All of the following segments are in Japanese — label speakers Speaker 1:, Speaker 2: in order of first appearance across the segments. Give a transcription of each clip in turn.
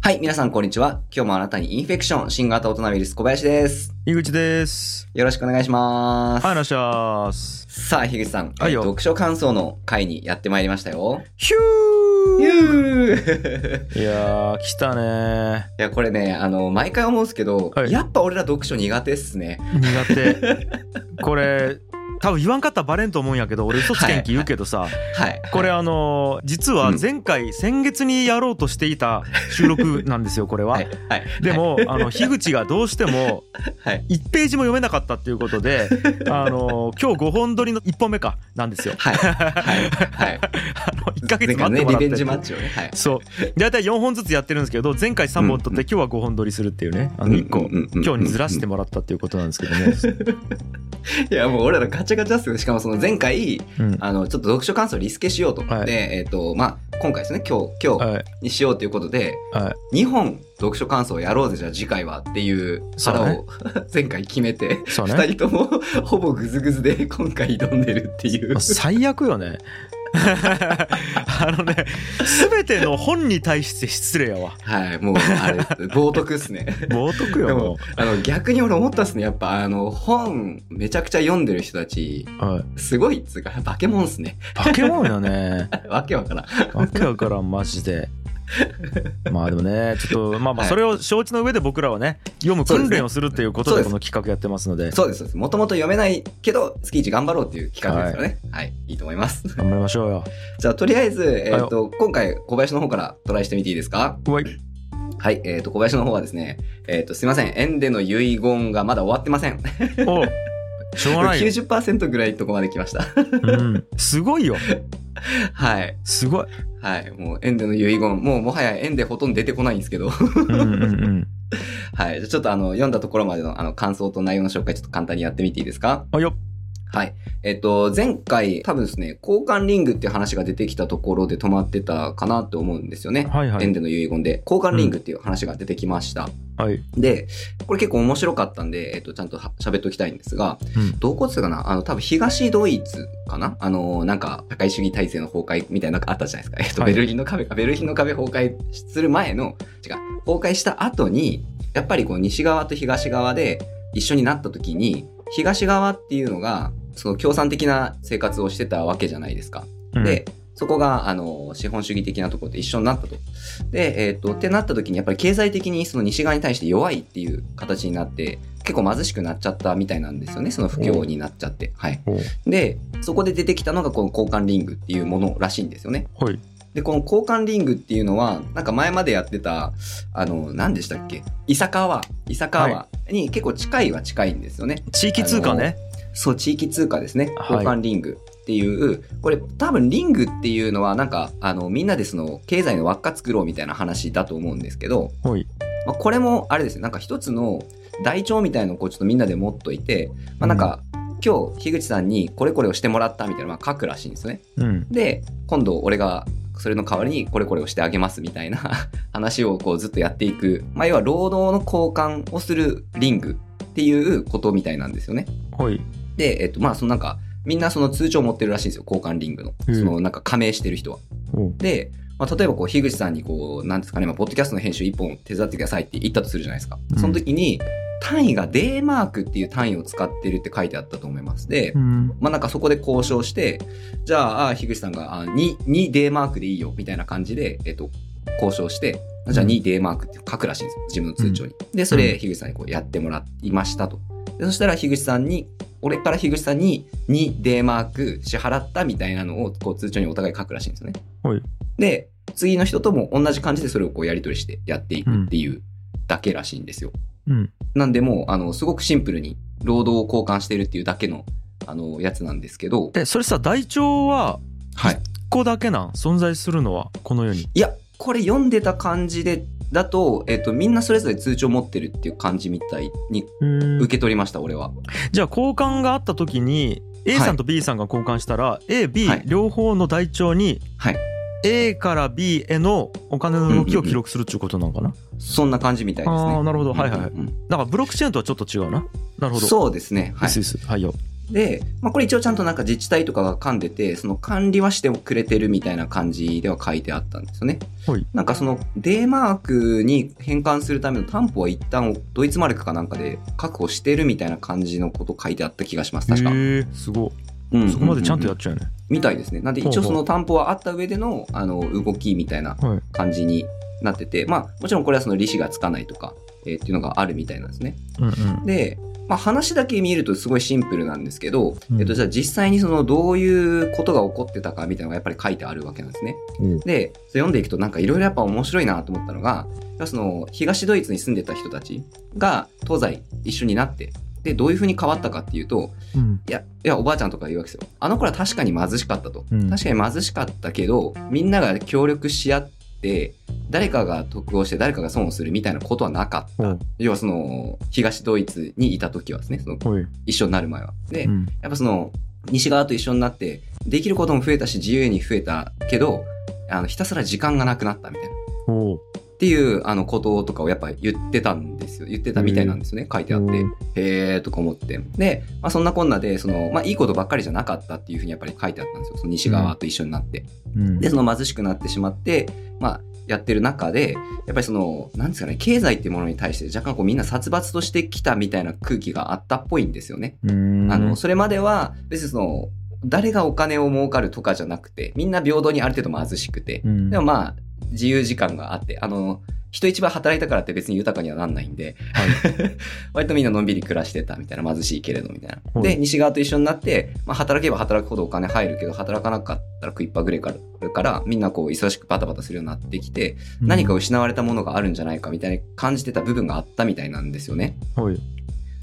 Speaker 1: はい、皆さんこんにちは。今日もあなたにインフェクション、新型オトナウイルス小林です。
Speaker 2: 井口です。
Speaker 1: よろしくお願いします。
Speaker 2: はい、いらっしゃいます。
Speaker 1: さあ、樋口さん、
Speaker 2: はいよ
Speaker 1: 読書感想の回にやってまいりましたよ。
Speaker 2: ヒ
Speaker 1: い
Speaker 2: ュ
Speaker 1: や
Speaker 2: ーいやー、来たね
Speaker 1: いや、これね、あの、毎回思うんですけど、
Speaker 2: はい
Speaker 1: やっぱ俺ら読書苦手っすね。
Speaker 2: ー。苦手。これ、多分言わんかったらバレんと思うんやけど、俺嘘つけんき言うけどさ、
Speaker 1: はい。
Speaker 2: これあのー、実は前回、先月にやろうとしていた収録なんですよ、これは。
Speaker 1: はい、はい。
Speaker 2: でも、あの、樋口がどうしても、
Speaker 1: はい、
Speaker 2: 1ページも読めなかったっていうことで、あのー、今日5本撮りの1本目か、なんですよ。
Speaker 1: はい、はい、はい。
Speaker 2: あの、1ヶ月
Speaker 1: 前回
Speaker 2: 待って
Speaker 1: ね、
Speaker 2: も
Speaker 1: リ
Speaker 2: らって
Speaker 1: ベンジマッチをね、はい。
Speaker 2: そう大体4本ずつやってるんですけど前回3本取って今日は5本取りするっていうねあの1個今日にずらして
Speaker 1: も。
Speaker 2: もらったっていうことなんですけどね、
Speaker 1: いや、もう俺らガチャガチャっすよ。しかもその前回、
Speaker 2: うん
Speaker 1: あの、ちょっと読書感想をリスケしようと。
Speaker 2: はい
Speaker 1: で、えっ、と、まあ、今回ですね、今日、今日
Speaker 2: はい
Speaker 1: にしようということで、
Speaker 2: はい
Speaker 1: 2本読書感想をやろうぜ、じゃあ次回はっていう腹を、 前回決めて、
Speaker 2: そう
Speaker 1: 二
Speaker 2: ね
Speaker 1: 人とも ほぼグズグズで今回挑んでるっていう
Speaker 2: まあ。最悪よねあのね全ての本に対して失礼やわ
Speaker 1: はい、もう、あれ、冒涜っすね。
Speaker 2: 冒涜
Speaker 1: で
Speaker 2: よ
Speaker 1: も
Speaker 2: も、
Speaker 1: あの、逆に俺思ったっすね。やっぱ、あの、本、めちゃくちゃ読んでる人たち、
Speaker 2: う、はい、
Speaker 1: すごいっつうか、化け物っすね。
Speaker 2: 化け物よね
Speaker 1: わけわからん。
Speaker 2: わけわからんマジでまあでもねちょっとまあま
Speaker 1: は
Speaker 2: あ
Speaker 1: い
Speaker 2: それを承知の上で僕らはね読む訓練をするっていうこと
Speaker 1: そうで
Speaker 2: ですこの企画やってますので
Speaker 1: そうです、そうです。もともと読めないけど、月一頑張ろうっていう企画ですよね。はい、い、いと思います。
Speaker 2: 頑張りましょうよ
Speaker 1: じゃあ、とりあえず、えっ、
Speaker 2: はい
Speaker 1: と、今回、小林の方からトライしてみていいですか
Speaker 2: うわい
Speaker 1: はい、えっ、と、小林の方はですね、えっ、と、すいません、園での遺言がまだ終わってません。
Speaker 2: おう しょうがないよ、
Speaker 1: 90%ぐらいとこまで来ました。
Speaker 2: うん、すごいよ
Speaker 1: はい、
Speaker 2: すごい。
Speaker 1: はい、もう園での遺言、もうもはや園でほとんど出てこないんですけど、
Speaker 2: うんうんうん。
Speaker 1: はい、じゃあちょっとあの、読んだところまでのあの、感想と内容の紹介、ちょっと簡単にやってみていいですか
Speaker 2: あよっ。
Speaker 1: はい。えっと、前回、多分ですね、交換リングっていう話が出てきたところで止まってたかなと思うんですよね。
Speaker 2: はいは
Speaker 1: エン
Speaker 2: い。
Speaker 1: デの遺言で、交換リングっていう話が出てきました。
Speaker 2: はい。
Speaker 1: で、これ結構面白かったんで、えっと、ちゃんとは喋っておきたいんですが、
Speaker 2: うん
Speaker 1: どこっつうかなあの、多分東ドイツかなあの、なんか、社会主義体制の崩壊みたいなのがあったじゃないですか。えっと、
Speaker 2: はい
Speaker 1: ベルリンの壁か、ベルリンの壁崩壊する前の、違う、崩壊した後に、やっぱりこう、西側と東側で一緒になった時に、東側っていうのが、その共産的な生活をしてたわけじゃないですか。
Speaker 2: うん、
Speaker 1: で、そこが、あの、資本主義的なところで一緒になったと。で、えっ、と、ってなった時に、やっぱり経済的にその西側に対して弱いっていう形になって、結構貧しくなっちゃったみたいなんですよね。その不況になっちゃって。はい。
Speaker 2: おう
Speaker 1: で、そこで出てきたのがこの交換リングっていうものらしいんですよね。
Speaker 2: ほい。
Speaker 1: で、この交換リングっていうのは、なんか前までやってた、あの、何でしたっけ伊坂川、伊坂川に結構近いは近いんですよね。
Speaker 2: 地域通貨ね。
Speaker 1: そう、地域通貨ですね。
Speaker 2: は
Speaker 1: 交
Speaker 2: い
Speaker 1: 換リングっていう、これ多分リングっていうのはなんか、あの、みんなでその経済の輪っか作ろうみたいな話だと思うんですけど、
Speaker 2: ほい。
Speaker 1: まあ、これもあれですね、なんか一つの台帳みたいのをこうちょっとみんなで持っといて、まあなんか、今日、樋口さんにこれこれをしてもらったみたいなのを書くらしいんですよね。
Speaker 2: うん。
Speaker 1: で、今度俺がそれの代わりにこれこれをしてあげますみたいな 話をこうずっとやっていく。まあ要は労働の交換をするリングっていうことみたいなんですよね。
Speaker 2: ほい。
Speaker 1: で、えっと、まあ、そのなんか、みんなその通帳持ってるらしいんですよ、交換リングの。
Speaker 2: うん
Speaker 1: そのなんか加盟してる人は。
Speaker 2: おう
Speaker 1: で、まあ、例えばこう、樋口さんにこう、なんですかね、まあ、ポッドキャストの編集一本手伝ってくださいって言ったとするじゃないですか
Speaker 2: う。ん
Speaker 1: その時に、単位が D マークっていう単位を使ってるって書いてあったと思います。で
Speaker 2: う、ん。
Speaker 1: まあ、なんかそこで交渉して、じゃあ、あ樋口さんが、あ2、2 D マークでいいよ、みたいな感じで、えっと、交渉して、じゃあ
Speaker 2: うん
Speaker 1: 2D マークって書くらしいんですよ、自分の通帳に。で、それ、樋口さんにこうやってもらいましたと。でそしたら、樋口さんに、俺から樋口さんに 2D マーク支払ったみたいなのを、こう通帳にお互い書くらしいんですよね。
Speaker 2: はい
Speaker 1: で、次の人とも同じ感じでそれをこうやり取りしてやっていくっていうだけらしいんですよ。
Speaker 2: うん。
Speaker 1: なんでもう、あの、すごくシンプルに、労働を交換してるっていうだけの、あの、やつなんですけど、
Speaker 2: え、それさ、台帳は
Speaker 1: はい。
Speaker 2: 1個だけなん存在するのは、この世に。
Speaker 1: いや、これ読んでた感じで、だと、えっ、と、みんなそれぞれ通帳持ってるっていう感じみたいに
Speaker 2: うん
Speaker 1: 受け取りました、俺は。
Speaker 2: じゃあ、交換があった時に、A さんと B さんが交換したら、A、B
Speaker 1: はい
Speaker 2: 両方の台帳に、
Speaker 1: はい
Speaker 2: A から B へのお金の動きを記録するっていうことなのかな、
Speaker 1: そんな感じみたいです
Speaker 2: ああ、
Speaker 1: ね。
Speaker 2: なるほど。はいはい。
Speaker 1: うんうんうん
Speaker 2: だからブロックチェーンとはちょっと違うな。なるほど。
Speaker 1: そうですね。はい。
Speaker 2: い。はいよ。
Speaker 1: で、まあ、これ一応ちゃんとなんか自治体とかが噛んでて、その管理はしてくれてるみたいな感じでは書いてあったんですよね。
Speaker 2: はい
Speaker 1: なんかそのデーマークに変換するための担保は一旦ドイツマルクかなんかで確保してるみたいな感じのこと書いてあった気がします、確か。
Speaker 2: へえすご
Speaker 1: うんうんうん
Speaker 2: いそこまでちゃんとやっちゃうね、
Speaker 1: みたいですね。なんで一応その担保はあった上でのあの動きみたいな
Speaker 2: はい
Speaker 1: 感じになってて、まあもちろんこれはその利子がつかないとか、えーっていうのがあるみたいなんですね。
Speaker 2: うんうん
Speaker 1: で、まあ、話だけ見るとすごいシンプルなんですけど、
Speaker 2: うん
Speaker 1: えっと、じゃあ実際にそのどういうことが起こってたかみたいなのがやっぱり書いてあるわけなんですね。
Speaker 2: うん
Speaker 1: で、それ読んでいくとなんかいろいろやっぱ面白いなと思ったのが、その東ドイツに住んでた人たちが東西一緒になって、で、どういう風に変わったかっていうと、
Speaker 2: うん
Speaker 1: いや、いや、おばあちゃんとか言うわけですよ。あの頃は確かに貧しかったと。
Speaker 2: うん
Speaker 1: 確かに貧しかったけど、みんなが協力し合って、誰かが得をして誰かが損をするみたいなことはなかった。
Speaker 2: うん
Speaker 1: 要はその、東ドイツにいた時はですね、その、
Speaker 2: はい
Speaker 1: 一緒になる前は。で、
Speaker 2: うん
Speaker 1: やっぱその、西側と一緒になって、できることも増えたし、自由に増えたけど、あの、ひたすら時間がなくなったみたいな。
Speaker 2: おう
Speaker 1: っていう、あの、こととかをやっぱ言ってたんですよ。言ってたみたいなんですよね。書いてあって。
Speaker 2: うん
Speaker 1: へーとか思って。で、まあ、そんなこんなで、その、まあ、いいことばっかりじゃなかったっていうふうにやっぱり書いてあったんですよ。その西側と一緒になって。
Speaker 2: うん
Speaker 1: で、その貧しくなってしまって、まあ、やってる中で、やっぱりその、なんですかね、経済っていうものに対して若干こうみんな殺伐としてきたみたいな空気があったっぽいんですよね。
Speaker 2: うん
Speaker 1: あの、それまでは別にその、誰がお金を儲かるとかじゃなくて、みんな平等にある程度貧しくて
Speaker 2: う、ん
Speaker 1: でもまあ、自由時間があって、あの、人一倍働いたからって別に豊かにはなんないんで、 割とみんなのんびり暮らしてたみたいな、貧しいけれどみたいな。
Speaker 2: は
Speaker 1: で、
Speaker 2: い
Speaker 1: 西側と一緒になって、まあ、働けば働くほどお金入るけど、働かなかったら食いっぱぐれから、からみんなこう、忙しくバタバタするようになってきて、何か失われたものがあるんじゃないかみたいに感じてた部分があったみたいなんですよね。
Speaker 2: はい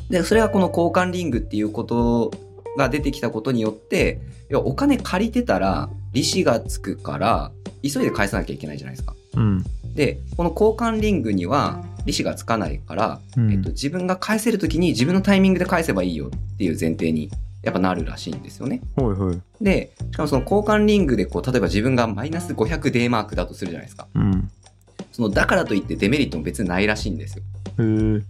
Speaker 1: で、それがこの交換リングっていうことが出てきたことによって、要はお金借りてたら、利子がつくから、急いで返さなきゃいけないじゃないですか。
Speaker 2: うん
Speaker 1: で、この交換リングには利子がつかないから、
Speaker 2: うん
Speaker 1: えっと、自分が返せるときに自分のタイミングで返せばいいよっていう前提にやっぱなるらしいんですよね。
Speaker 2: はいはい
Speaker 1: で、しかもその交換リングでこう、例えば自分がマイナス500デーマークだとするじゃないですか。
Speaker 2: うん
Speaker 1: その、だからといってデメリットも別にないらしいんですよ。
Speaker 2: へえ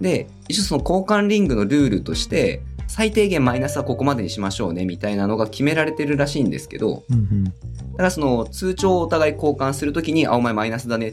Speaker 1: で、一応その交換リングのルールとして、最低限マイナスはここまでにしましょうねみたいなのが決められてるらしいんですけど、
Speaker 2: うん
Speaker 1: だからその通帳をお互い交換するときに、あ、お前マイナスだねっ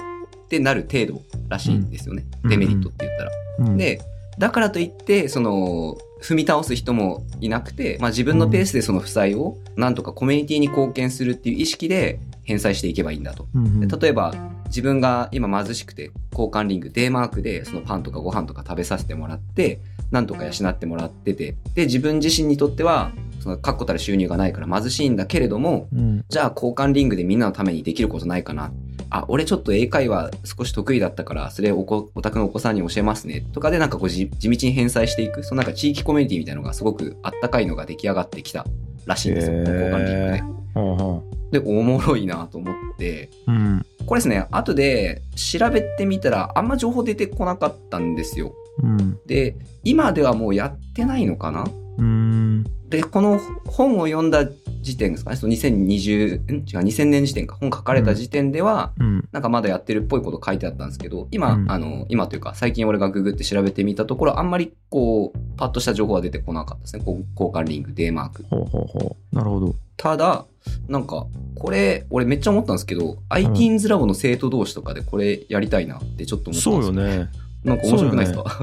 Speaker 1: てなる程度らしいんですよね。
Speaker 2: うん
Speaker 1: デメリットって言ったら。
Speaker 2: うんうん
Speaker 1: で、だからといって、その、踏み倒す人もいなくて、まあ、自分のペースでその負債をなんとかコミュニティに貢献するっていう意識で返済していけばいいんだと。
Speaker 2: うんうん
Speaker 1: で例えば、自分が今貧しくて、交換リング、デーマークでそのパンとかご飯とか食べさせてもらって、なんとか養ってもらってて、で、自分自身にとっては、その確固たる収入がないから貧しいんだけれども、
Speaker 2: うん
Speaker 1: じゃあ交換リングでみんなのためにできることないかな。あ、俺ちょっと英会話少し得意だったから、それおこお宅のお子さんに教えますね。とかでなんかこうじ地道に返済していく、そのなんか地域コミュニティみたいなのがすごくあったかいのが出来上がってきたらしいんですよ、
Speaker 2: へー
Speaker 1: 交換リングね。
Speaker 2: はあは
Speaker 1: で、おもろいなと思って、
Speaker 2: あうん
Speaker 1: これですね、後で調べてみたらあんま情報出てこなかったんですよ。
Speaker 2: うん
Speaker 1: で、今ではもうやってないのかな
Speaker 2: うん
Speaker 1: で、この本を読んだ時点ですかね、その2020、ん違う、2000年時点か、本書かれた時点では、
Speaker 2: うん
Speaker 1: なんかまだやってるっぽいこと書いてあったんですけど、今、
Speaker 2: うん
Speaker 1: あの、今というか、最近俺がググって調べてみたところ、あんまりこう、パッとした情報は出てこなかったですね。こう交換リング、デーマーク。
Speaker 2: ほうほうほうなるほど
Speaker 1: ただ、なんか、これ、俺めっちゃ思ったんですけど、ITeens ラボの生徒同士とかでこれやりたいなってちょっと思ったん
Speaker 2: そう
Speaker 1: です
Speaker 2: よね
Speaker 1: なんか面白くないですか、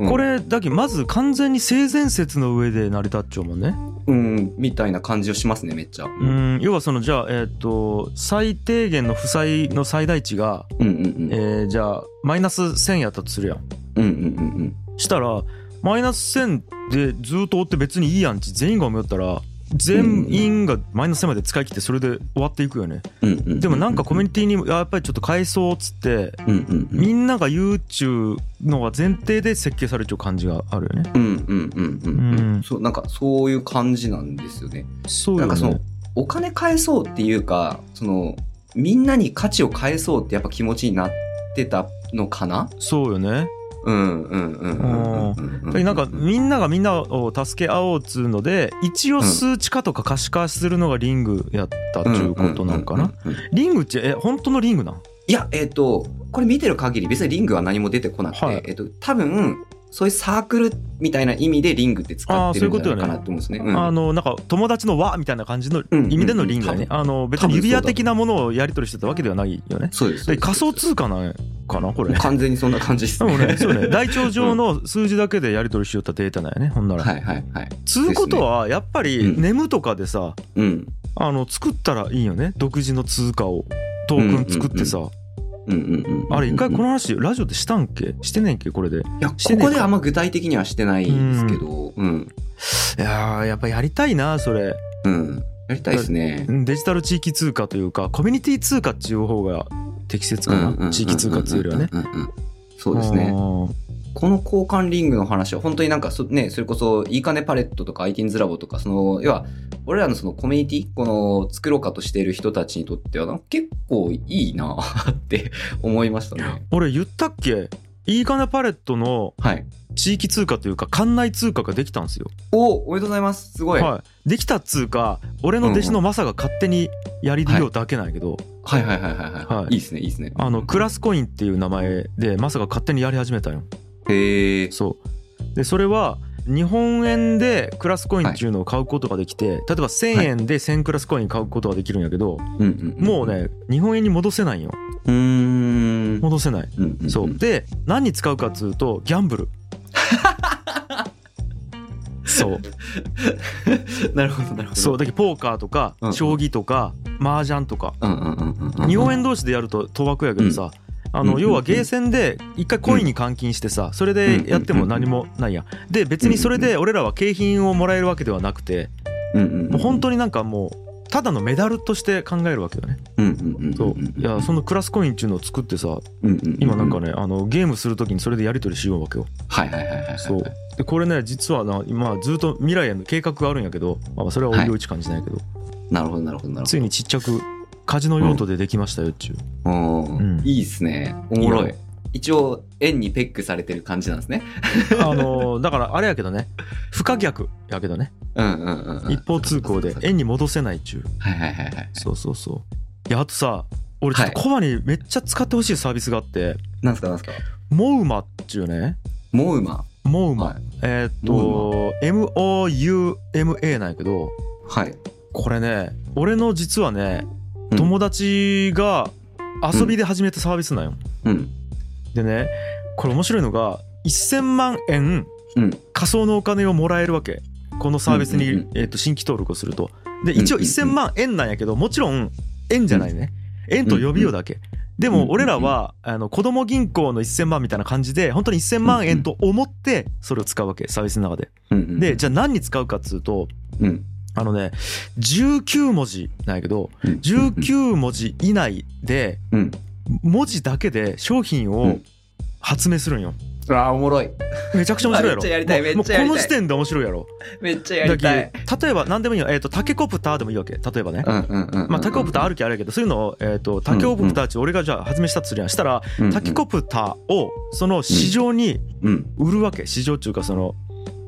Speaker 1: うん
Speaker 2: こ、れだけまず完全に性善説の上で成り立っちゃうもんね
Speaker 1: うん、みたいな感じをしますね、めっちゃ。う、
Speaker 2: うんん要はそのじゃあえっと最低限の負債の最大値が
Speaker 1: うん、うん。うん、
Speaker 2: えーじゃあマイナス1000やったとするやん
Speaker 1: うん、うん、
Speaker 2: したらマイナス1000でずっと追って別にいいやんち全員が思いよったら全員がマイナス1000まで使い切ってそれで終わっていくよね
Speaker 1: うん。うん、うん。
Speaker 2: でもなんかコミュ
Speaker 1: ニ
Speaker 2: ニティにあやっぱりちょっと返そうっつって
Speaker 1: ティ、うん、うん、うん。
Speaker 2: みんなが言うっちゅうのが前提で設計されちゃう感じがあるよね。
Speaker 1: うんうんうんうん、う、
Speaker 2: うんん
Speaker 1: そうなんかそういう感じなんですよね。
Speaker 2: そう
Speaker 1: な
Speaker 2: よ
Speaker 1: ん
Speaker 2: ね。
Speaker 1: かそのお金返そうっていうかそのみんなに価値を返そうってやっぱ気持ちになってたのかな
Speaker 2: そうよね。やっ
Speaker 1: うんうんうんうんうんう
Speaker 2: ぱりなんか
Speaker 1: うん
Speaker 2: みんながみんなを助け合おうっつうので一応数値化とか可視化するのがリングやったっちゅうことなんかな。
Speaker 1: うんうんうんうん
Speaker 2: リングってえ本当のリングなん
Speaker 1: いやえっ、とこれ見てる限り別にリングは何も出てこなくて、
Speaker 2: はい
Speaker 1: えっと多分そういうサークルみたいな意味でリングって使ってるんじゃないかな
Speaker 2: あー
Speaker 1: と思うんですね。
Speaker 2: あのなんか友達の輪みたいな感じの意味でのリングだね、
Speaker 1: うんうんうん多分
Speaker 2: あの別に指輪的なものをやり取りしてたわけではないよね
Speaker 1: そうです。
Speaker 2: で仮想通貨なんかなこれ
Speaker 1: 貨完全にそんな感じです
Speaker 2: でも
Speaker 1: ね
Speaker 2: ね。そ うね台帳上の数字だけでやり取りしよったデータなんやねほんなら、
Speaker 1: はいはいはい。
Speaker 2: つうことはやっぱり
Speaker 1: うん
Speaker 2: ネムとかでさ、
Speaker 1: うん。
Speaker 2: あの作ったらいいよね独自の通貨をトークン作ってさ、
Speaker 1: うんうんうん。
Speaker 2: あれ一回こ
Speaker 1: い
Speaker 2: の話ラジオでしたんけしてねんけこれでい
Speaker 1: や、ここではあんま具体的にはしてないですけど、うん。
Speaker 2: やーやっぱやりたいなそれ
Speaker 1: うん。やりたいですね
Speaker 2: う。んデジタル地域通貨というかコミュニティ通貨っていう方が適切かな、
Speaker 1: うんうん
Speaker 2: 地域通貨っていうよりはね。
Speaker 1: うんうんうんうんそうですね。この交換リングの話は本当になんかそ、ね、それこそ、いいかねパレットとか ITINS ラボとか、その、要は、俺らのそのコミュニティ、この、作ろうかとしている人たちにとっては、なんか結構いいなって 思いましたね。
Speaker 2: 俺言ったっけいいかなパレットの
Speaker 1: はい。
Speaker 2: 地域通貨というか館内通貨ができたんですよ。
Speaker 1: おおめでとうございます。すごい。はい、
Speaker 2: い、できたっつうか俺の弟子のマサが勝手にやり利用だけなんやけど、
Speaker 1: はい、はいはいはいはい。
Speaker 2: はい
Speaker 1: いいですね、いいですね。
Speaker 2: あのクラスコインっていう名前でマサが勝手にやり始めたんよ。
Speaker 1: へえ。
Speaker 2: そうでそれは日本円でクラスコインっていうのを買うことができて、例えば1,000円で1,000クラスコイン買うことができるんやけど、
Speaker 1: うんうんうん
Speaker 2: もう。ね日本円に戻せないんよ
Speaker 1: うーん。
Speaker 2: 戻せない、
Speaker 1: うんん
Speaker 2: そう。で何に使うかっつうとギャンブ ルそう
Speaker 1: なるほど、なるほど。
Speaker 2: そう。だけどポーカーとか
Speaker 1: うん
Speaker 2: 将棋とか麻雀とか
Speaker 1: うんうんうんうん。
Speaker 2: 日本円同士でやると賭博やけどさ、あ
Speaker 1: う
Speaker 2: の
Speaker 1: ん
Speaker 2: 要はゲーセンで一回コインに換金してさそれでやっても何もないやんで別にそれで俺らは景品をもらえるわけではなくて
Speaker 1: うんうんうん。
Speaker 2: もう本当になんかもうただのメダルとして考えるわけよね
Speaker 1: うんうんうん。
Speaker 2: そういやそのクラスコインっていうのを作ってさ
Speaker 1: うんうんうん。
Speaker 2: 今なんかねあのゲームするときにそれでやり取りしようわけよ
Speaker 1: はいはいはいはいはい。
Speaker 2: そうでこれね実はな今ずっと未来への計画があるんやけど、まあ、それはおいおいち感じないけど、
Speaker 1: なるほど、なるほど、なるほど
Speaker 2: ついにちっちゃくカジノ用途でできましたよっ ちゅう、
Speaker 1: うん
Speaker 2: うん
Speaker 1: いいですね。おもろ
Speaker 2: いい
Speaker 1: い
Speaker 2: よ。
Speaker 1: 一応、円にペックされてる感じなんですね。
Speaker 2: あのだからあれやけどね不可逆やけどね
Speaker 1: うんうんうんうん。
Speaker 2: 一方通行で
Speaker 1: そうかそうか
Speaker 2: 円に戻せないっちゅう
Speaker 1: はいはいはいはい。
Speaker 2: そうそうそういやあとさ俺ちょっとコマにめっちゃ使ってほしいサービスがあって
Speaker 1: なんすかなんすか
Speaker 2: モウマっちゅうね
Speaker 1: モウマ。
Speaker 2: モウマ、
Speaker 1: はい。
Speaker 2: えーっと MOUMA なんやけど
Speaker 1: はい。
Speaker 2: これね俺の実はね
Speaker 1: うん
Speaker 2: 友達が遊びで始めたサービスなんよ、
Speaker 1: うん。
Speaker 2: でねこれ面白いのが1000万円
Speaker 1: うん。
Speaker 2: 仮想のお金をもらえるわけこのサービスに、
Speaker 1: うんうん
Speaker 2: えーっと新規登録をするとで
Speaker 1: うんうん
Speaker 2: 一応1000万円なんやけどもちろん円じゃないね円と呼びようだけで
Speaker 1: うんうん
Speaker 2: も
Speaker 1: うん
Speaker 2: 俺らはあの子供銀行の1000万みたいな感じで本当に1000万円と思ってそれを使うわけサービスの中で
Speaker 1: うんうん。
Speaker 2: で、じゃあ何に使うかっつうと、
Speaker 1: うん。
Speaker 2: あのね、19文字なんやけど、
Speaker 1: うん。
Speaker 2: 19文字以内で、
Speaker 1: うん。
Speaker 2: 文字だけで商品
Speaker 1: う
Speaker 2: を
Speaker 1: ん
Speaker 2: 発明するんよ。
Speaker 1: ああ、おもろい。
Speaker 2: めちゃくちゃ面白いやろ。
Speaker 1: あめっちゃやりたい
Speaker 2: もう
Speaker 1: めっちゃやりたい
Speaker 2: もうこの時点で面白いやろ。
Speaker 1: めっちゃや
Speaker 2: だ
Speaker 1: りた
Speaker 2: け
Speaker 1: い。
Speaker 2: ど例えば何でもいいよ。えっ、と、タケコプターでもいいわけ。例えばね。
Speaker 1: うんうんうんうん。
Speaker 2: まあ、タケコプターあるきゃあるやけど、そういうのを、えっ、と、タケコプターち、俺がじゃあ発明したとするやん。したら、
Speaker 1: うんうん
Speaker 2: タケコプターを、その市場に
Speaker 1: うん。
Speaker 2: 売るわけ市場っていうかその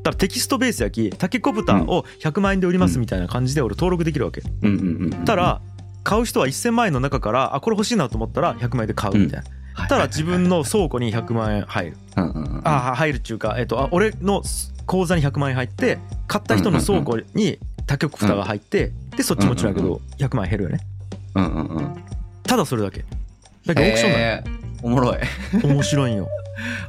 Speaker 2: だからテキストベースやきタケコプターを100万円で売りますみたいな感じで俺登録できるわけ
Speaker 1: うんうんうんうん。
Speaker 2: た、ら買う人は1000万円の中からあこれ欲しいなと思ったら100万円で買うみたいな
Speaker 1: はい
Speaker 2: たら自分、の倉庫に100万円入る
Speaker 1: うんうんうん。
Speaker 2: ああ入るっていうかえっとあ俺の口座に100万円入って買った人の倉庫にタケコプターが入ってでそっちもちろんやけど100万円減るよね
Speaker 1: うんうんうん。
Speaker 2: ただそれだけだけどオークションだよ
Speaker 1: えーおもろい。
Speaker 2: 面白いんよ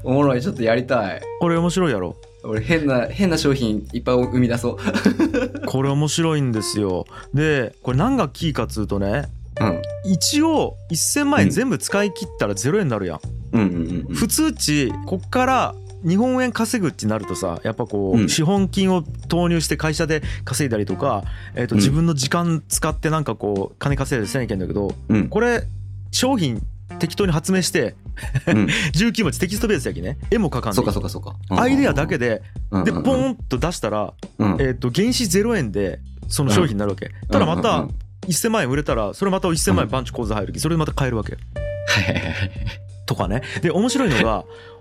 Speaker 1: おもろい。ちょっとやりたい。
Speaker 2: これ面白いやろ
Speaker 1: 俺、変な、変な商品いっぱい生み出そう。
Speaker 2: これ面白いんですよでこれ何がキーかっつうとね
Speaker 1: うん。
Speaker 2: 一応1000万円全部使い切ったら0円になるやん、
Speaker 1: うんうんうん。
Speaker 2: 普通値こっから日本円稼ぐってなるとさやっぱこ
Speaker 1: うん
Speaker 2: う資本金を投入して会社で稼いだりとか、えー、と
Speaker 1: うん
Speaker 2: 自分の時間使ってなんかこう金稼いだりせなきゃいけないんだけど
Speaker 1: うん。
Speaker 2: これ商品適当に発明して
Speaker 1: うん
Speaker 2: 19文字テキストベースやきね絵も描かん
Speaker 1: そ
Speaker 2: で
Speaker 1: うかそうかそうか。
Speaker 2: アイデアだけ
Speaker 1: で、
Speaker 2: ででポーンと出したら、
Speaker 1: うん
Speaker 2: えー、と原資0円でその商品になるわけただま
Speaker 1: うん
Speaker 2: た
Speaker 1: うんうん
Speaker 2: 1000万円売れたらそれまた1000万円バンチ口座入るきそれまた買えるわけ
Speaker 1: はいはいはいはい
Speaker 2: とかねで面白いのが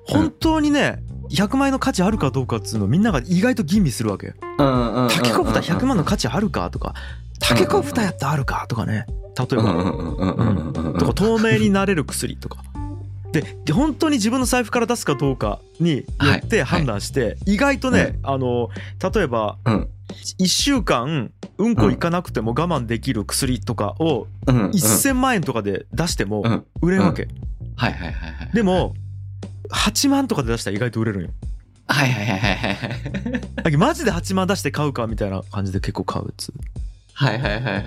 Speaker 1: うん
Speaker 2: 本当にね100万円の価値あるかどうかっつうのみんなが意外と吟味するわけタ
Speaker 1: タ
Speaker 2: ケコプター100万
Speaker 1: の
Speaker 2: の価値あるかとかタケコプターやったらあるかとかね例えば
Speaker 1: と
Speaker 2: とか透明になれる薬とかでで本当に自分の財布から出すかどうかによって
Speaker 1: はい
Speaker 2: 判断して、意外とね、あの例えば
Speaker 1: うん。
Speaker 2: 1週間うんこ行かなくても我慢できる薬とかを
Speaker 1: うん。うん
Speaker 2: 1,000万円とかで出しても
Speaker 1: うん。
Speaker 2: 売れんわけ、
Speaker 1: はいはいはいはい。
Speaker 2: でも8万とかで出したら意外と売れるんよ
Speaker 1: はいはいはいはいはい。
Speaker 2: だけどマジで8万出して買うかみたいな感じで結構買うやつ
Speaker 1: はいはいはいはいは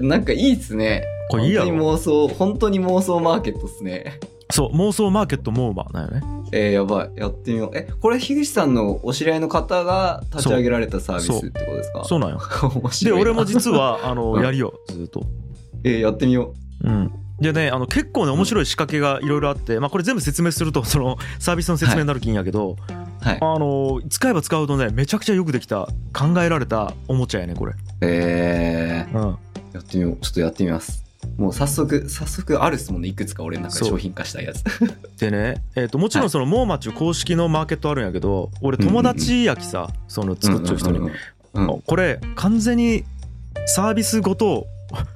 Speaker 1: い。なんかいいっすね。
Speaker 2: これいいや
Speaker 1: 本当
Speaker 2: ろ
Speaker 1: に妄想、本当に妄想マーケットっすね。
Speaker 2: そう妄想マーケットモーバーなんよね
Speaker 1: えー、やばい。やってみよう。え、これ、樋口さんのお知り合いの方が立ち上げられたサービ
Speaker 2: そう
Speaker 1: スってことですか
Speaker 2: そうなんよ
Speaker 1: う。 面白
Speaker 2: で
Speaker 1: いな。
Speaker 2: 俺も実。はあ
Speaker 1: う
Speaker 2: の
Speaker 1: ん
Speaker 2: やるよずーっと
Speaker 1: えー、やってみよ
Speaker 2: うん、でねあの結構ね面白い仕掛けがいろいろあって、まあ、これ全部説明すると そのサービスの説明になる気んやけど、
Speaker 1: う。はい。
Speaker 2: あの使えば使うとねめちゃくちゃよくできた考えられたおもちゃやねこれ、
Speaker 1: え
Speaker 2: う
Speaker 1: ー、
Speaker 2: ん、
Speaker 1: やってみよう。ちょっとやってみます。もう早速、早速あるっすもんね。いくつか俺の中で
Speaker 2: そう
Speaker 1: 商品化したいやつ。
Speaker 2: でね、えー、ともちろんそのモーマチュ公式のマーケットあるんやけど俺友達やきさその作っちゃう人に、
Speaker 1: うんうんうん
Speaker 2: あこれ完全にサービスごと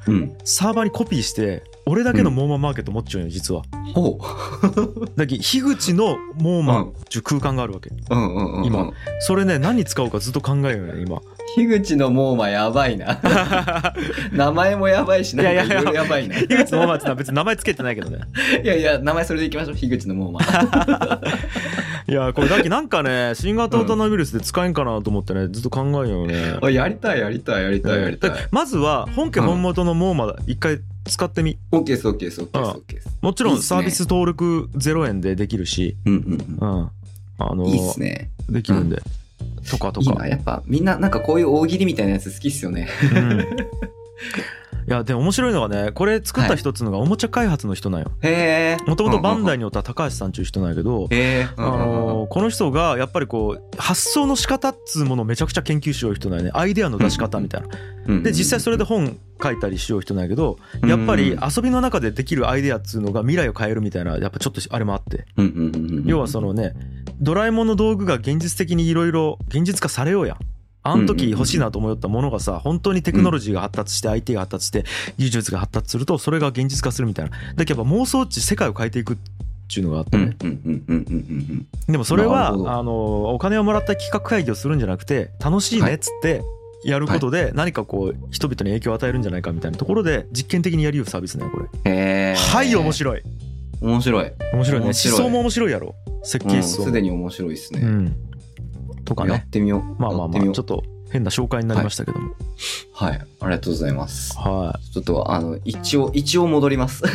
Speaker 1: うん。うん。
Speaker 2: サーバーにコピーして俺だけのモーママーケット持っちゃうんよ実は
Speaker 1: ほ
Speaker 2: だけど樋口のモー
Speaker 1: う。
Speaker 2: マチュ空間があるわけ
Speaker 1: うん。うんうんうん。
Speaker 2: 今。それね何使おうかずっと考えるよね今
Speaker 1: 樋口のモーマやばい な。名前もやばいし、なんか
Speaker 2: いや
Speaker 1: い
Speaker 2: いや
Speaker 1: ろいろやばいな。い
Speaker 2: 樋口のモーマってのは別に名前つけてないけどね
Speaker 1: やいや、名前それでいきましょう。樋口のモーマ。
Speaker 2: いやこれだけなんかね新型コロナウイルスで使えんかなと思ってねずっと考えるよね
Speaker 1: あやりたい、やりたい、やりたい、やりたい。
Speaker 2: まずは本家本元のモーマ一回使ってみ
Speaker 1: オッケーです、オッケーです、オッケーです、オッケーです。
Speaker 2: もちろんサービス登録0円でできるし
Speaker 1: うんうん
Speaker 2: うんあ
Speaker 1: う
Speaker 2: の
Speaker 1: ん。いいっすね。
Speaker 2: できるんでとかと
Speaker 1: いい
Speaker 2: か
Speaker 1: な、やっぱみんななんかこういう大喜利みたいなやつ好きっすよね。
Speaker 2: うんいやで面白いのがねこれ作った人っつうのがおもちゃ開発の人なんよ
Speaker 1: へえ。
Speaker 2: もともとバンダイ
Speaker 1: イ。
Speaker 2: におった高橋さんちゅう人なんやけど
Speaker 1: へえ。
Speaker 2: あのーこの人がやっぱりこう発想の仕方っつうものをめちゃくちゃ研究しよう人なんやねアイデアの出し方みたいなで実際それで本書いたりしよう人なんやけどやっぱり遊びの中でできるアイデアっつうのが未来を変えるみたいなやっぱちょっとあれもあって要はそのねドラえもんの道具が現実的にいろいろ現実化されようやんあの時欲しいなと思ったものがさ本当にテクノロジーが発達して IT が発達して技術が発達するとそれが現実化するみたいなだけどやっぱ妄想値世界を変えていくっていうのがあって
Speaker 1: うん
Speaker 2: ね、
Speaker 1: うんうんうんうん
Speaker 2: でもそれ
Speaker 1: な
Speaker 2: はあ
Speaker 1: るほど
Speaker 2: のお金をもらった企画会議をするんじゃなくて楽しいねっつってやることで何かこう人々に影響を与えるんじゃないかみたいなところで実験的にやりようサービスねこれ、
Speaker 1: うん。へえ。
Speaker 2: はい面白い
Speaker 1: い。面白い。
Speaker 2: 面白いね
Speaker 1: 面
Speaker 2: 思
Speaker 1: 白い
Speaker 2: 想も面白いやろ設計
Speaker 1: う
Speaker 2: 思
Speaker 1: ん
Speaker 2: 想
Speaker 1: すでに面白いっす
Speaker 2: う
Speaker 1: ね。
Speaker 2: んとか
Speaker 1: や
Speaker 2: ね
Speaker 1: ってみよう。
Speaker 2: まあまあ
Speaker 1: やっ
Speaker 2: ま
Speaker 1: てみ
Speaker 2: あ
Speaker 1: よう
Speaker 2: ちょっと変な紹介になりましたけど も
Speaker 1: はい。ありがとうございます。
Speaker 2: は
Speaker 1: ちょっと、あの、一応、一応戻ります。
Speaker 2: い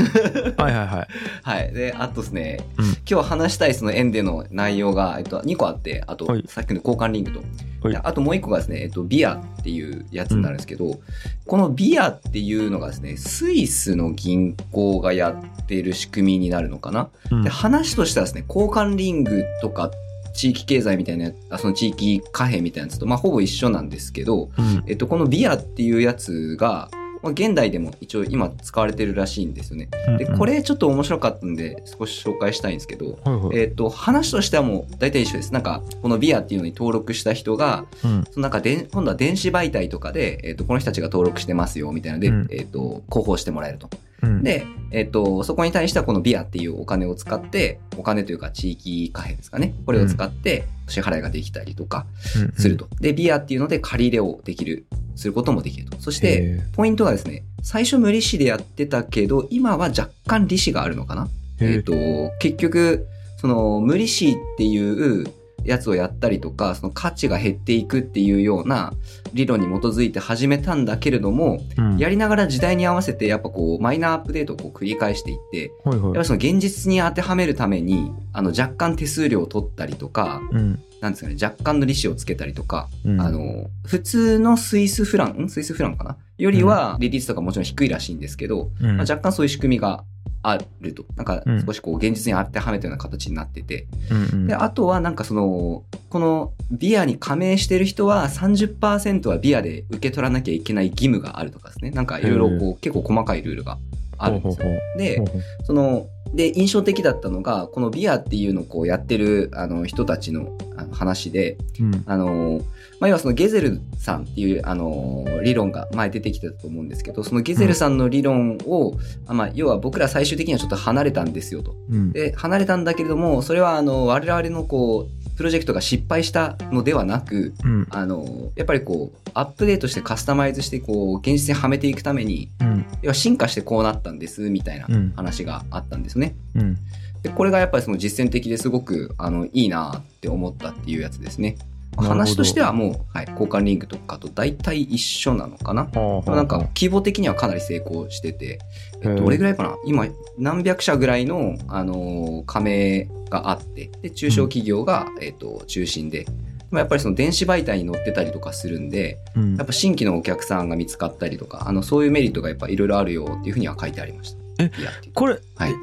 Speaker 2: はいはいはい
Speaker 1: はい。で、あとですね、
Speaker 2: うん
Speaker 1: 今日話したいその円での内容が、えっと、2個あって、あと、
Speaker 2: はい
Speaker 1: さっきの交換リングと、
Speaker 2: はい
Speaker 1: であともう1個がですね、えっと、ビアっていうやつになるんですけど、このビアっていうのがですね、スイスの銀行がやってる仕組みになるのかな。
Speaker 2: うん
Speaker 1: で、話としてはですね、交換リングとか、地域経済みたいなやつ、あその地域貨幣みたいなやつと、まあ、ほぼ一緒なんですけど、
Speaker 2: うん
Speaker 1: えっと、このビアっていうやつが、まあ、現代でも一応今使われてるらしいんですよね。で、これちょっと面白かったんで少し紹介したいんですけど、
Speaker 2: はいはい
Speaker 1: えっと、話としてはもう大体一緒です。なんか、このビアっていうのに登録した人が、
Speaker 2: うん
Speaker 1: そのなんかでん、今度は電子媒体とかで、えっと、この人たちが登録してますよ、みたいなので、
Speaker 2: うん
Speaker 1: えっと、広報してもらえると。
Speaker 2: うん
Speaker 1: で、えっと、そこに対してはこのビアっていうお金を使って、お金というか地域貨幣ですかね。これを使って支払いができたりとか、
Speaker 2: うん
Speaker 1: すると。で、ビアっていうので借り入れをできる、することもできると。そして、
Speaker 2: へ
Speaker 1: ポイントがですね、最初無利子でやってたけど、今は若干利子があるのかな
Speaker 2: え
Speaker 1: えっ、と、結局、その無利子っていうやつをやったりとか、その価値が減っていくっていうような理論に基づいて始めたんだけれども、
Speaker 2: うん
Speaker 1: やりながら時代に合わせてやっぱこう、マイナーアップデートをこう繰り返していって、
Speaker 2: はい
Speaker 1: やっぱ
Speaker 2: はい
Speaker 1: りその現実に当てはめるために、あの若干手数料を取ったりとか、
Speaker 2: うん
Speaker 1: なんですかね、若干の利子をつけたりとか、
Speaker 2: うん
Speaker 1: あの、普通のスイスフラン、んスイスフランかなよりは、利率とかもちろん低いらしいんですけど、
Speaker 2: うん
Speaker 1: まあ、若干そういう仕組みがあると。なんか
Speaker 2: うん、
Speaker 1: 少しこう、現実に当てはめたような形になってて。
Speaker 2: うんうん
Speaker 1: で、あとはなんかその、このビアに加盟してる人は30%はビアで受け取らなきゃいけない義務があるとかですね。なんかいろいろこう、結構細かいルールがあるんですよ。
Speaker 2: ほうほうほう
Speaker 1: で
Speaker 2: ほうほう
Speaker 1: そので、印象的だったのが、このビアっていうのをこうやってるあの人たちのあの話で、
Speaker 2: うん
Speaker 1: あのーまあ、要はそのゲゼルさんっていう、あのー理論が前出てきてたと思うんですけど、そのゲゼルさんの理論を、あまあ、要は僕ら最終的にはちょっと離れたんですよと。
Speaker 2: うん
Speaker 1: で、離れたんだけれども、それはあの、我々のこう、プロジェクトが失敗したのではなく、
Speaker 2: うん
Speaker 1: あのーやっぱりこう、アップデートしてカスタマイズして、こう、現実にはめていくために、
Speaker 2: うん
Speaker 1: 要は進化してこうなったんです、みたいな
Speaker 2: うん
Speaker 1: 話があったんですね。
Speaker 2: うん
Speaker 1: でこれがやっぱりその実践的ですごくあのいいなって思ったっていうやつですね。
Speaker 2: なるほど
Speaker 1: 話としてはもう、はい、交換リンクとかと大体一緒なのかな。
Speaker 2: はあはあ
Speaker 1: なんか規模的にはかなり成功してて、え
Speaker 2: へえ
Speaker 1: どれぐらいかな今何百社ぐらいの、あのー加盟があってで中小企業が、えっと中心ででもやっぱりその電子媒体に載ってたりとかするんで
Speaker 2: うん
Speaker 1: やっぱ新規のお客さんが見つかったりとかあのそういうメリットがやっぱいろいろあるよっていうふうには書いてありました。
Speaker 2: え
Speaker 1: いやっていう
Speaker 2: これ
Speaker 1: はい、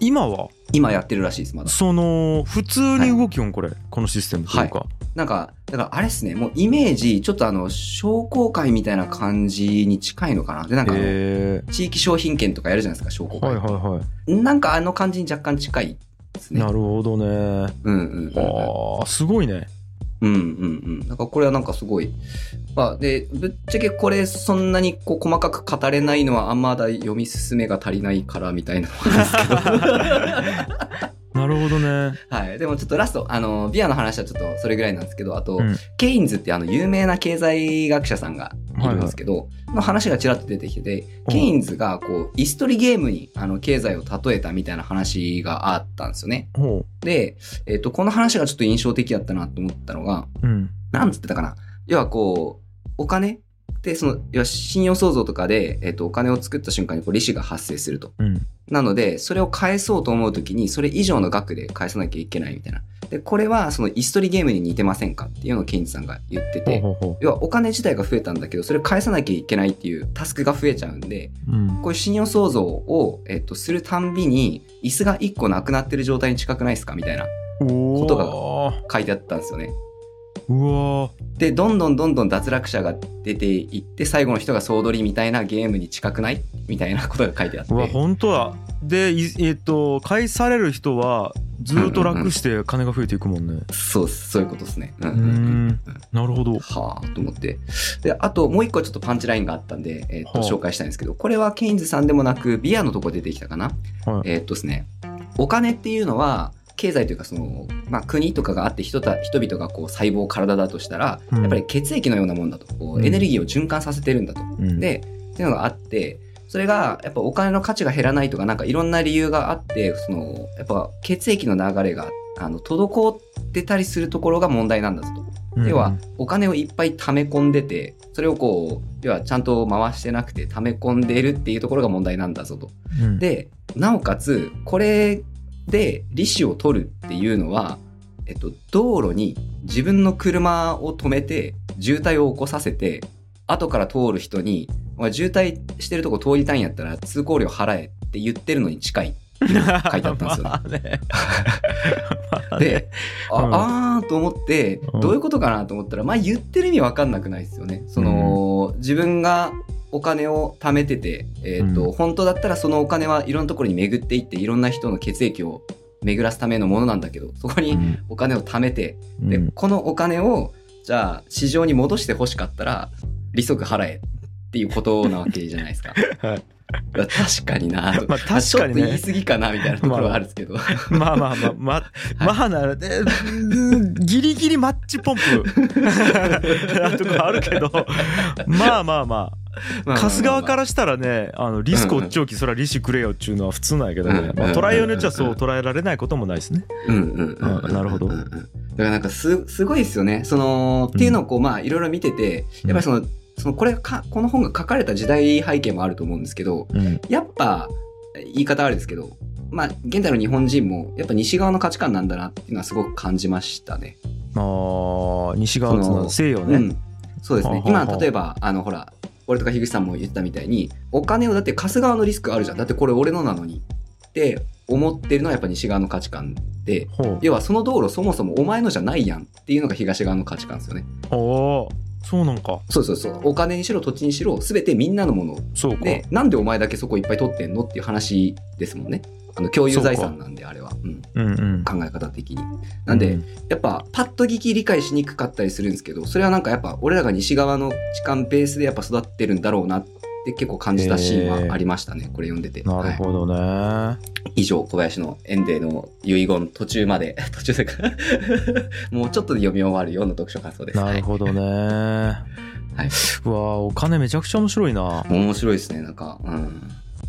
Speaker 2: 今は
Speaker 1: 今やってるらしいですまだ。
Speaker 2: その普通に動きよんこれこのシステムというか
Speaker 1: なんか、だからあれですね、もうイメージ、ちょっとあの、商工会みたいな感じに近いのかな。で、なんかあの、
Speaker 2: へえ
Speaker 1: 地域商品券とかやるじゃないですか、商工
Speaker 2: は
Speaker 1: 会。
Speaker 2: いはいはい
Speaker 1: なんかあの感じに若干近いですね。
Speaker 2: なるほどね
Speaker 1: うんうんうんうん。
Speaker 2: ああすごいね
Speaker 1: うんうんうん。なんかこれはなんかすごい。まあ、で、ぶっちゃけこれそんなにこう細かく語れないのはあんまだ読み進めが足りないからみたいなのがあるんですけど。
Speaker 2: なるほどね
Speaker 1: はい。でもちょっとラスト、あの、ビアの話はちょっとそれぐらいなんですけど、あと、
Speaker 2: うん
Speaker 1: ケインズってあの有名な経済学者さんがいるんですけど、の話がちらっと出てきてて、
Speaker 2: うん
Speaker 1: ケインズがこう、椅子取りゲームにあの経済を例えたみたいな話があったんですよね。
Speaker 2: ほ
Speaker 1: で、えっ、と、この話がちょっと印象的だったなと思ったのが、
Speaker 2: ううん
Speaker 1: なんつってたかな要はこう、お金って、その、要は信用創造とかで、えっ、と、お金を作った瞬間にこう利子が発生すると。
Speaker 2: うん
Speaker 1: なので、それを返そうと思うときに、それ以上の額で返さなきゃいけないみたいな。で、これは、その、椅子取りゲームに似てませんかっていうのをケインジさんが言って
Speaker 2: ほう
Speaker 1: て、
Speaker 2: ほうほ
Speaker 1: 要はお金自体が増えたんだけど、それを返さなきゃいけないっていうタスクが増えちゃうんで、
Speaker 2: ううん
Speaker 1: こういう信用創造を、えっと、するたんびに、椅子が1個なくなってる状態に近くないですかみたいな、
Speaker 2: お
Speaker 1: ことが
Speaker 2: お
Speaker 1: 書いてあったんですよね。
Speaker 2: うわー
Speaker 1: で、どんどんどんどん脱落者が出ていって、最後の人が総取りみたいなゲームに近くないみたいなことが書いてあって。
Speaker 2: うわ本当だでいえっと返される人はずーっと楽して金が増えていくもんね
Speaker 1: そうっす、そういうことですね。うん
Speaker 2: う
Speaker 1: うんうんうん
Speaker 2: んなるほど
Speaker 1: はあと思ってであともう一個ちょっとパンチラインがあったんで、えーと
Speaker 2: はあ
Speaker 1: 紹介したいんですけどこれはケインズさんでもなくビアのとこ出てきたかな、
Speaker 2: はい
Speaker 1: えーっとですねお金っていうのは経済というかその、まあ、国とかがあって人た人々がこう細胞体だとしたら
Speaker 2: や
Speaker 1: やっぱり血液のようなもんだとこ
Speaker 2: う
Speaker 1: うんエネルギーを循環させてるんだと、
Speaker 2: で
Speaker 1: でっていうのがあってそれがやっぱお金の価値が減らないとかなんかいろんな理由があってそのやっぱ血液の流れがあの滞ってたりするところが問題なんだぞと。要はお金をいっぱい貯め込んでてそれをこう要はちゃんと回してなくて貯め込んでるっていうところが問題なんだぞと。 でなおかつこれで利子を取るっていうのは、えっと、道路に自分の車を止めて渋滞を起こさせて後から通る人に「お前渋滞してるとこ通りたいんやったら通行料払え」って言ってるのに近い。
Speaker 2: 書いてあ
Speaker 1: ったんですよ
Speaker 2: ね。
Speaker 1: で、あ、
Speaker 2: うん
Speaker 1: あーと思って
Speaker 2: うん、
Speaker 1: どういうことかなと思ったら、まあ言ってる意味わかんなくないですよね。その、自分がお金を貯めてて、えっ、と、
Speaker 2: うん
Speaker 1: 本当だったらそのお金はいろんなところに巡っていって、いろんな人の血液を巡らすためのものなんだけど、そこにお金を貯めて、
Speaker 2: うん
Speaker 1: で、このお金を、じゃあ市場に戻して欲しかったら、利息払えっていうことなわけじゃないですか。
Speaker 2: はい
Speaker 1: いや確かになと。
Speaker 2: まあ確かにね
Speaker 1: ちょっと言い過ぎかなみたいなところはあるんですけど。
Speaker 2: まあまあまあまあ、まあならでうんギリギリマッチ ポンプなとこあるけどまあまあまあ春日側からしたらねあのリスクおっちょきそりゃ利子くれよっちゅうのは普通なんやけどね、
Speaker 1: うん
Speaker 2: まあ、捉えようによっちゃそう捉えられないこともないですね。
Speaker 1: うんうんうんうん
Speaker 2: あなるほ
Speaker 1: う
Speaker 2: ど
Speaker 1: んうんだからなんかすすごいですよねその
Speaker 2: うん
Speaker 1: っていうのをこうまあいろいろ見てて
Speaker 2: うん
Speaker 1: やっぱりそのそのこれがかこの本が書かれた時代背景もあると思うんですけど
Speaker 2: うん
Speaker 1: やっぱ言い方あれですけどまあ現代の日本人もやっぱ西側の価値観なんだなっていうのはすごく感じましたね。
Speaker 2: あー西側つの西洋ね、
Speaker 1: うん、そうですね
Speaker 2: ほうほうほう
Speaker 1: 今例えばあのほら俺とか樋口さんも言ってたみたいにお金をだって貸す側のリスクあるじゃんだってこれ俺のなのにって思ってるのはやっぱ西側の価値観で。
Speaker 2: ほ
Speaker 1: 要はその道路そもそもお前のじゃないやんっていうのが東側の価値観ですよね。
Speaker 2: うおそうなんか
Speaker 1: そうそうそう。お金にしろ土地にしろ全てみんなのもの
Speaker 2: そうか、
Speaker 1: で、なんでお前だけそこいっぱい取ってんのっていう話ですもんね。あの共有財産なんであれは、うん、
Speaker 2: うんうん
Speaker 1: 考え方的になんで、やっぱパッと聞き理解しにくかったりするんですけどそれはなんかやっぱ俺らが西側の痴漢ベースでやっぱ育ってるんだろうなって結構感じたシーンはありましたね、これ読んでて
Speaker 2: なる
Speaker 1: はい、
Speaker 2: ほどね、
Speaker 1: 以上小林の「エンデの遺言」途中まで 途中でかもうちょっとで読み終わるような読書感想です
Speaker 2: なるほどね、
Speaker 1: はいう
Speaker 2: わあお金めちゃくちゃ面白いな
Speaker 1: はい、面白いですねなんかうん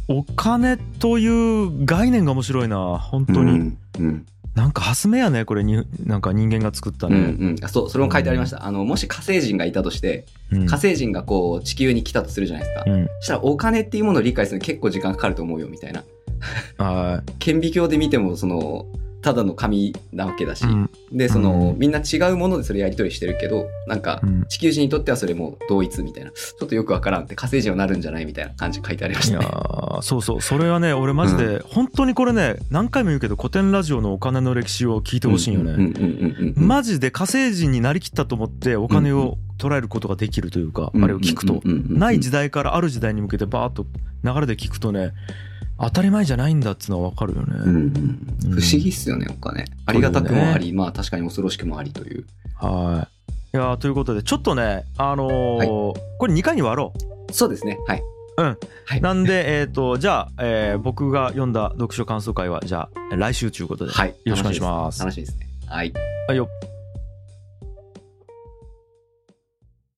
Speaker 2: お金という概念が面白いな本当に、
Speaker 1: うんうん
Speaker 2: なんか発明やねこれになんか人間が作った
Speaker 1: うん
Speaker 2: ね、
Speaker 1: うん、あそうそれも書いてありましたあのもし火星人がいたとして
Speaker 2: うん
Speaker 1: 火星人がこう地球に来たとするじゃないですか
Speaker 2: うん
Speaker 1: そしたらお金っていうものを理解するの結構時間かかると思うよみたいな
Speaker 2: は
Speaker 1: 顕微鏡で見てもそのただの紙なわけだし、
Speaker 2: い、うん
Speaker 1: でその、
Speaker 2: うん
Speaker 1: みんな違うものでそれやり取りしてるけどなんか
Speaker 2: うん
Speaker 1: 地球人にとってはそれも同一みたいなちょっとよくわからんって火星人はなるんじゃないみたいな感じ書いてありま
Speaker 2: い
Speaker 1: し
Speaker 2: や
Speaker 1: たね。
Speaker 2: ーそうそうそれはね俺マジで本当にこれね何回も言うけど古典ラジオのお金の歴史を聞いてほしいよね、
Speaker 1: うんうんうんうん
Speaker 2: マジで火星人になりきったと思ってお金を捉えることができるというか、あれを聞くと、
Speaker 1: うんうんうんうん
Speaker 2: ない時代からある時代に向けてバーッと流れで聞くとね当たり前じゃないんだっつうのは分かるよね、
Speaker 1: うんうん
Speaker 2: うん
Speaker 1: 不思議っすよねお金ありがたくもあり、まあ確かに恐ろしくもありという
Speaker 2: はいいやーということでちょっとねあのー
Speaker 1: はい
Speaker 2: これ2回に割ろう
Speaker 1: そうですねはいはい
Speaker 2: なんでえっ、 とじゃあ、えー僕が読んだ読書感想会はじゃあ来週ということで、
Speaker 1: はい
Speaker 2: よろしくお願いします
Speaker 1: 楽しいです楽しいですねはい
Speaker 2: はいよ